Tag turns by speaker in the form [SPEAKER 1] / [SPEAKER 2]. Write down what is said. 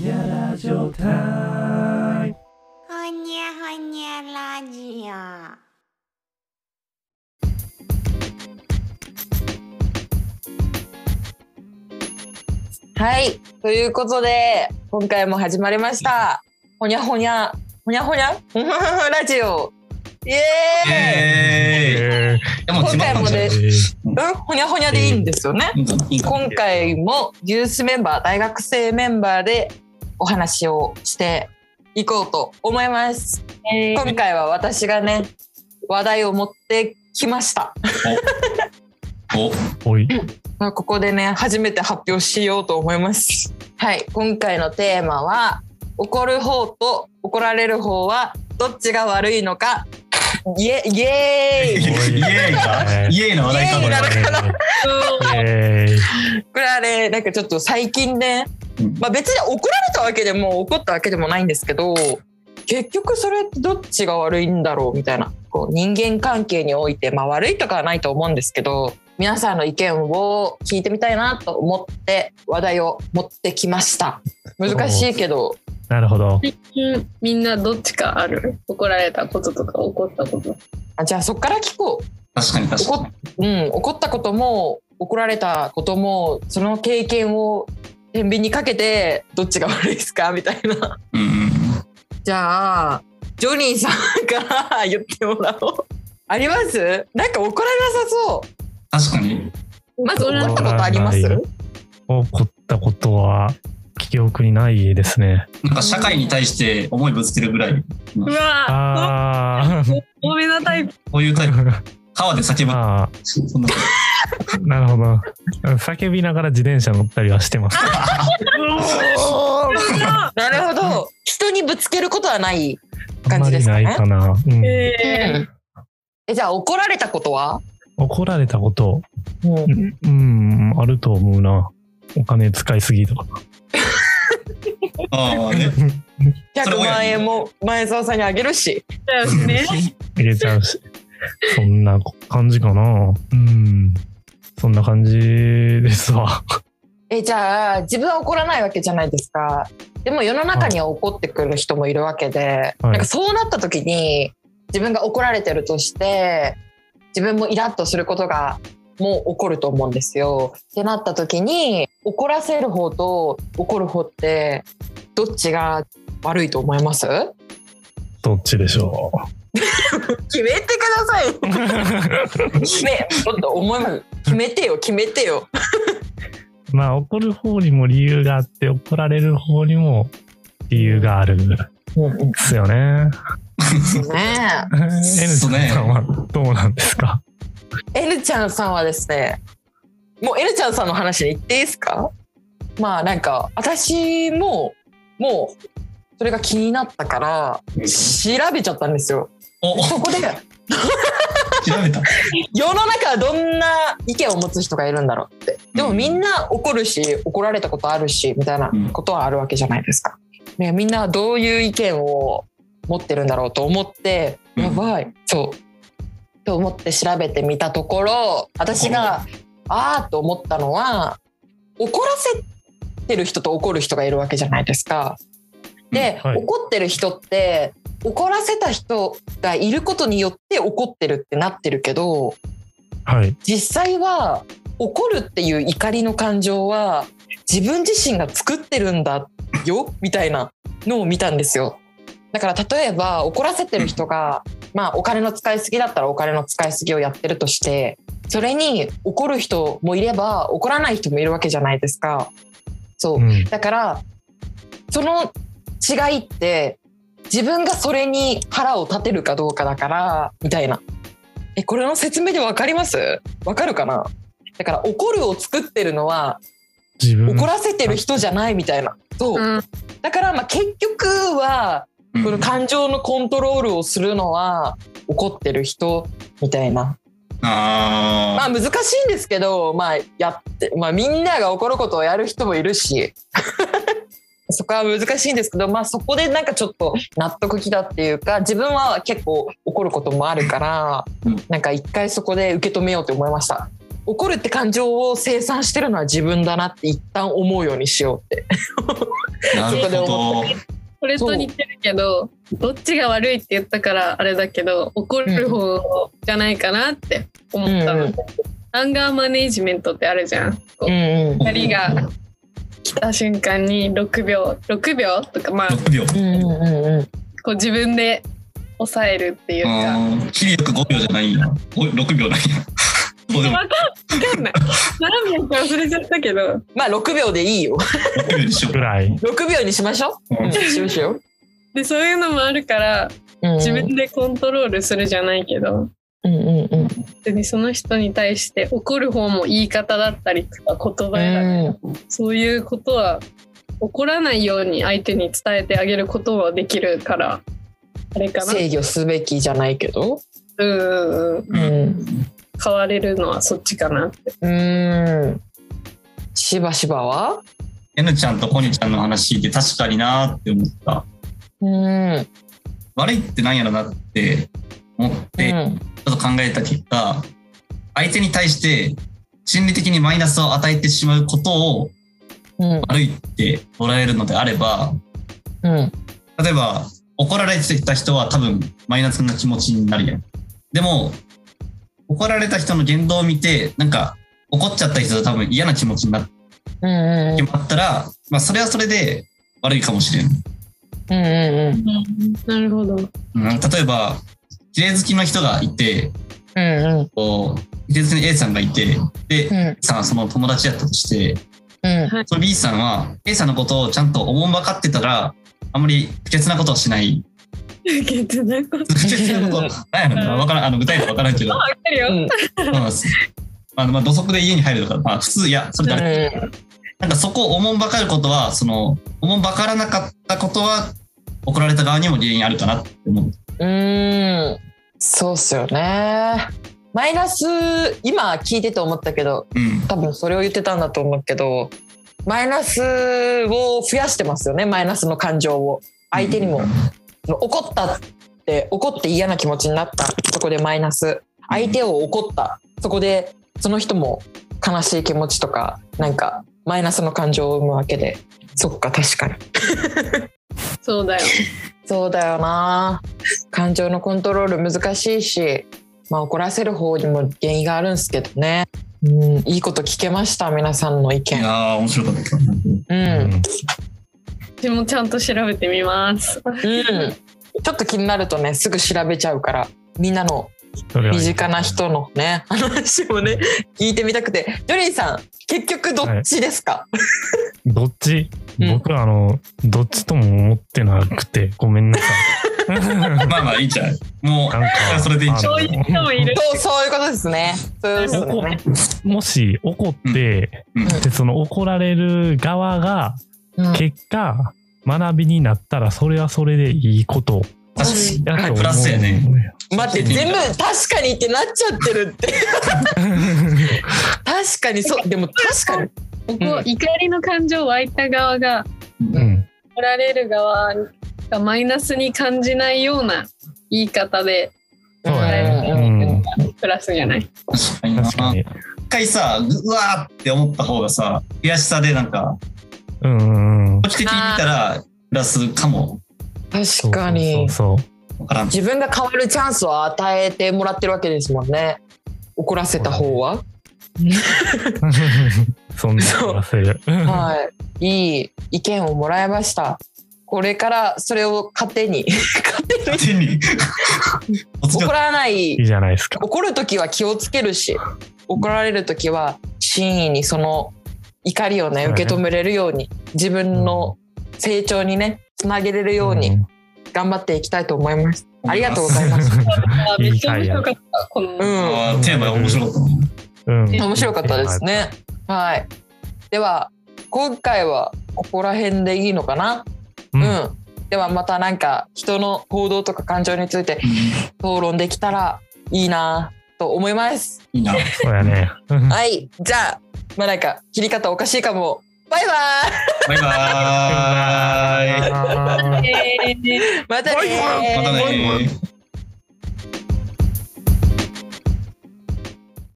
[SPEAKER 1] ジオタイム
[SPEAKER 2] ほにゃほにゃラジオ。
[SPEAKER 3] はい。ということで、今回も始まりました。ほにゃほにゃ、ほにゃほにゃ、ほにゃほにゃラジオ。イエーイ。
[SPEAKER 4] え
[SPEAKER 1] え
[SPEAKER 4] ー、でも決まったんじゃない
[SPEAKER 3] うん、ほにゃほにゃでいいんですよね。
[SPEAKER 4] いいか
[SPEAKER 3] 今回もユースメンバー、大学生メンバーでお話をしていこうと思います。今回は私がね、話題を持ってきました。
[SPEAKER 4] お
[SPEAKER 1] ー、おい。
[SPEAKER 3] まあここでね初めて発表しようと思いますはい今回のテーマは怒る方と怒られる方はどっちが悪いのかイエイエーイ
[SPEAKER 4] イエーイかイエーイの話題かこ
[SPEAKER 3] イ
[SPEAKER 4] れ
[SPEAKER 3] エーイなのか
[SPEAKER 1] えー、
[SPEAKER 3] これはねなんかちょっと最近ね、まあ、別に怒られたわけでも怒ったわけでもないんですけど結局それってどっちが悪いんだろうみたいなこう人間関係において、まあ、悪いとかはないと思うんですけど皆さんの意見を聞いてみたいなと思って話題を持ってきました難しいけど
[SPEAKER 1] なるほど。
[SPEAKER 5] うんみんなどっちかある怒られたこととか怒ったこと
[SPEAKER 3] あじゃあそっから聞こ
[SPEAKER 4] 確かに確かに
[SPEAKER 3] う、うん、怒ったことも怒られたこともその経験を天秤にかけてどっちが悪いですかみたいな
[SPEAKER 4] うんうんうん
[SPEAKER 3] じゃあジョニーさんから言ってもらおう。ありますなんか怒られなさそ
[SPEAKER 4] 確かに
[SPEAKER 3] う。まず怒
[SPEAKER 5] 怒ら
[SPEAKER 3] っ
[SPEAKER 5] れ
[SPEAKER 3] た
[SPEAKER 5] た
[SPEAKER 3] ことあります
[SPEAKER 1] ない怒ったことは記憶にないですね。
[SPEAKER 4] なんか社会に対して思いぶつけるぐらいう
[SPEAKER 5] わ
[SPEAKER 1] あ
[SPEAKER 5] 多めなタイプ
[SPEAKER 4] こういうタイプ
[SPEAKER 1] あ、
[SPEAKER 4] 川で叫ぶ
[SPEAKER 1] ま
[SPEAKER 4] そんなこと
[SPEAKER 1] あ、なるほど。叫びながら自転車乗ったりはしてます。
[SPEAKER 3] なるほど。人にぶつけることはない。
[SPEAKER 1] あん
[SPEAKER 3] 感
[SPEAKER 1] ま
[SPEAKER 3] じで
[SPEAKER 1] り
[SPEAKER 3] すか
[SPEAKER 1] ない
[SPEAKER 3] ね
[SPEAKER 1] かな。うん
[SPEAKER 5] え
[SPEAKER 3] えじゃあ怒られたことは、
[SPEAKER 1] 怒られたこと、
[SPEAKER 3] うん
[SPEAKER 1] うん、あると思うな。お金使いすぎとか。
[SPEAKER 4] ああねそ
[SPEAKER 3] 100
[SPEAKER 4] れもや
[SPEAKER 3] 万円も前澤さんにあげるし。
[SPEAKER 5] ー、ね
[SPEAKER 1] 入れちゃうし。そんな感じかな。うん。そんな感じですわ。
[SPEAKER 3] えじゃあ自分は怒らないわけじゃないですかでも世の中には怒ってくる人もいるわけで、
[SPEAKER 1] はい
[SPEAKER 3] なんかそうなった時に自分が怒られてるとして自分もイラッとすることがもう起こると思うんですよ。ってなった時に怒らせる方と怒る方ってどっちが悪いと思います
[SPEAKER 1] どっちでしょ
[SPEAKER 3] 決めてください
[SPEAKER 1] う。
[SPEAKER 3] ねちょっと思います決めてよ決めてよ。
[SPEAKER 1] まあ怒る方にも理由があって怒られる方にも理由があるんで
[SPEAKER 3] ね
[SPEAKER 1] すよね。
[SPEAKER 3] え
[SPEAKER 1] N さんはどうなんですか
[SPEAKER 3] N ちゃんさんはですねもう N ちゃんさんの話に行っていいですかまあなんか私ももうそれが気になったから調べちゃったんですよ。
[SPEAKER 4] おお
[SPEAKER 3] そこで
[SPEAKER 4] 調べた
[SPEAKER 3] 世の中はどんな意見を持つ人がいるんだろうってでもみんな怒るし怒られたことあるしみたいなことはあるわけじゃないですか。ね、みんなどういう意見を持ってるんだろうと思って
[SPEAKER 4] うん
[SPEAKER 3] やばいそうと思って調べてみたところ私がああと思ったのは怒らせてる人と怒る人がいるわけじゃないですか。で、
[SPEAKER 1] うんはい
[SPEAKER 3] 怒ってる人って怒らせた人がいることによって怒ってるってなってるけど
[SPEAKER 1] はい。
[SPEAKER 3] 実際は怒るっていう怒りの感情は自分自身が作ってるんだよみたいなのを見たんですよ。だから例えば怒らせてる人が、まあ、お金の使いすぎだったらお金の使いすぎをやってるとしてそれに怒る人もいれば怒らない人もいるわけじゃないですか。そう
[SPEAKER 1] うん。
[SPEAKER 3] だからその違いって自分がそれに腹を立てるかどうかだからみたいなえこれの説明で分かります分かるかなだから怒るを作ってるのは
[SPEAKER 1] 自分
[SPEAKER 3] 怒らせてる人じゃないみたいな、そう
[SPEAKER 5] うん
[SPEAKER 3] だからまあ結局は
[SPEAKER 4] うん
[SPEAKER 3] この感情のコントロールをするのは怒ってる人みたいなまあ
[SPEAKER 4] あ
[SPEAKER 3] 難しいんですけど、まあやって、まあみんなが怒ることをやる人もいるし、 そこは難しいんですけど、まあそこでなんかちょっと納得きたっていうか、自分は結構怒ることもあるから
[SPEAKER 4] うん、
[SPEAKER 3] なんか一回そこで受け止めようと思いました。怒るって感情を生産してるのは自分だなって一旦思うようにしようって。
[SPEAKER 4] なるほど。
[SPEAKER 5] これと似てるけどどっちが悪いって言ったからあれだけど怒る方じゃないかなって思ったの、
[SPEAKER 3] うん
[SPEAKER 5] アンガーマネージメントってあるじゃん
[SPEAKER 3] うんうん
[SPEAKER 5] 怒りが来た瞬間に6秒6秒とかまあ
[SPEAKER 4] 6秒。
[SPEAKER 3] うんうんうんうん
[SPEAKER 5] こう自分で抑えるっていうか
[SPEAKER 4] うん。切りよく5秒じゃないんや。お6秒なんや。 そうでも
[SPEAKER 5] わかんない何秒か忘れちゃったけど
[SPEAKER 3] まあ6秒でいいよ
[SPEAKER 4] 6秒でしょ
[SPEAKER 1] ぐ。らい。
[SPEAKER 3] 6秒にしましょう、
[SPEAKER 4] うん
[SPEAKER 3] うん、しましょう、
[SPEAKER 5] でそういうのもあるから
[SPEAKER 3] うん、
[SPEAKER 5] 自分でコントロールするじゃないけど
[SPEAKER 3] うんうんうん
[SPEAKER 5] 別にその人に対して怒る方も言い方だったりとか言葉選び
[SPEAKER 3] うん
[SPEAKER 5] そういうことは怒らないように相手に伝えてあげることはできるからあれかな
[SPEAKER 3] 制御すべきじゃないけど
[SPEAKER 5] うんうんう
[SPEAKER 3] う
[SPEAKER 5] ん
[SPEAKER 3] ん
[SPEAKER 5] 変われるのはそっちかなって
[SPEAKER 3] うんしばしばは
[SPEAKER 4] N ちゃんとコニちゃんの話で確かになーって思った。
[SPEAKER 3] うんうん
[SPEAKER 4] 悪いってなんやろなって思って、ちょっと考えた結果、相手に対して心理的にマイナスを与えてしまうことを
[SPEAKER 3] うん
[SPEAKER 4] 悪いって捉えるのであれば、
[SPEAKER 3] うん
[SPEAKER 4] 例えば怒られてた人は多分マイナスな気持ちになるやん。でも怒られた人の言動を見てなんか怒っちゃった人は多分嫌な気持ちになって
[SPEAKER 3] うんうん
[SPEAKER 4] しまったら、まあ、それはそれで悪いかもしれん。
[SPEAKER 3] うんうん
[SPEAKER 5] なるほど
[SPEAKER 4] うん、例えば綺麗好きの人がいて
[SPEAKER 3] うん
[SPEAKER 4] こう綺麗好きの A さんがいてで、
[SPEAKER 3] うん
[SPEAKER 4] A さんはその友達やったとして
[SPEAKER 3] うん
[SPEAKER 4] その B さんは A さんのことをちゃんとおもんばかってたらあんまり不潔なことはしない。
[SPEAKER 5] 受けてないこと
[SPEAKER 4] 不潔なこと、なんやろな、わからん、あの具体例わからん けど。
[SPEAKER 5] わかるよ、
[SPEAKER 3] うん
[SPEAKER 4] まあ、あのまあ土足で家に入るとか、まあ、普通いやそれ誰、なんかそこをおもんばかることはそのおもんばからなかったことは怒られた側にも原因あるかなって思う
[SPEAKER 3] うーん、そうっすよね。マイナス、今聞いてて思ったけど、
[SPEAKER 4] うん
[SPEAKER 3] 多分それを言ってたんだと思うけど、マイナスを増やしてますよね、マイナスの感情を。相手にも、怒ったって、怒って嫌な気持ちになった、そこでマイナス。相手を怒った、そこで、その人も悲しい気持ちとか、なんか、マイナスの感情を生むわけで。そっか、確かに。
[SPEAKER 5] そうだよ
[SPEAKER 3] そうだよな感情のコントロール難しいし、まあ、怒らせる方にも原因があるんですけどねうんいいこと聞けました皆さんの意
[SPEAKER 4] い
[SPEAKER 3] 見
[SPEAKER 4] やー面白かった
[SPEAKER 3] うん、
[SPEAKER 1] う
[SPEAKER 3] うん
[SPEAKER 1] ん。
[SPEAKER 5] 私もちゃんと調べてみます
[SPEAKER 3] ちょっと気になるとねすぐ調べちゃうからみんなの
[SPEAKER 1] それはい
[SPEAKER 3] 身
[SPEAKER 1] い
[SPEAKER 3] 近な。人のね 話もね聞いてみたくてジョリーさん結局どっちですか、
[SPEAKER 1] どっち
[SPEAKER 3] うん
[SPEAKER 1] 僕はあの、どっちとも思ってなくて、ごめんなさ い。なんか、
[SPEAKER 4] まあまあいいんじゃないもうそれでいいんじゃ
[SPEAKER 5] そういう人もいる
[SPEAKER 3] そうそういうことですねそういうことですね
[SPEAKER 1] もし怒って、
[SPEAKER 4] うん
[SPEAKER 1] でその怒られる側が
[SPEAKER 3] うん
[SPEAKER 1] 結果、学びになったらそれはそれでいいこと
[SPEAKER 4] 確
[SPEAKER 1] や
[SPEAKER 4] かに
[SPEAKER 1] と思う、
[SPEAKER 4] プラスやね
[SPEAKER 3] 待って全部「確かに」ってなっちゃってるって確かにそうでも確かに
[SPEAKER 5] ここ怒りの感情を湧いた側が
[SPEAKER 1] うん
[SPEAKER 5] 怒られる側がマイナスに感じないような言い方で
[SPEAKER 1] そうだね
[SPEAKER 5] うんプラスじゃない
[SPEAKER 4] 確かにな
[SPEAKER 1] 確か
[SPEAKER 4] 一
[SPEAKER 1] に
[SPEAKER 4] 回さうわーって思った方がさ悔しさでなんか
[SPEAKER 1] うんうんうん
[SPEAKER 4] 長期的に見たらプラスかも
[SPEAKER 3] 確かに
[SPEAKER 1] そうそうそう
[SPEAKER 4] わからん
[SPEAKER 3] 自分が変わるチャンスを与えてもらってるわけですもんね怒らせた方は、
[SPEAKER 1] そう そんなプラスや
[SPEAKER 3] はいいい意見をもらいましたこれからそれを糧 に糧に
[SPEAKER 4] 手にお疲れ
[SPEAKER 3] 怒らない
[SPEAKER 1] い
[SPEAKER 3] い
[SPEAKER 1] じゃないですか
[SPEAKER 3] 怒る時は気をつけるし怒られる時は真意にその怒りを
[SPEAKER 1] そう
[SPEAKER 3] ね
[SPEAKER 1] だね
[SPEAKER 3] 受け止めれるように自分の成長にねつなげれるように
[SPEAKER 1] ん
[SPEAKER 3] 頑張っていきたいと思います、
[SPEAKER 4] 様
[SPEAKER 3] ありがとうござい ます
[SPEAKER 5] あめっちゃ面白かったこ
[SPEAKER 3] う
[SPEAKER 5] の
[SPEAKER 3] ん
[SPEAKER 4] あーテーマ面白かったな
[SPEAKER 1] うん
[SPEAKER 3] 面白かったですね。はい。では今回はここら辺でいいのかな。
[SPEAKER 1] う
[SPEAKER 3] うん。
[SPEAKER 1] んは
[SPEAKER 3] ではまたなんか人の行動とか感情について
[SPEAKER 4] うん
[SPEAKER 3] 討論できたらいいなと思います。
[SPEAKER 4] いいな
[SPEAKER 1] そうやねバ
[SPEAKER 3] はい。じゃあまあなんか切り方おかしいかも。バイバ
[SPEAKER 4] バイバーイ
[SPEAKER 1] イバーイ
[SPEAKER 5] えー
[SPEAKER 3] イ。またねー
[SPEAKER 4] またねー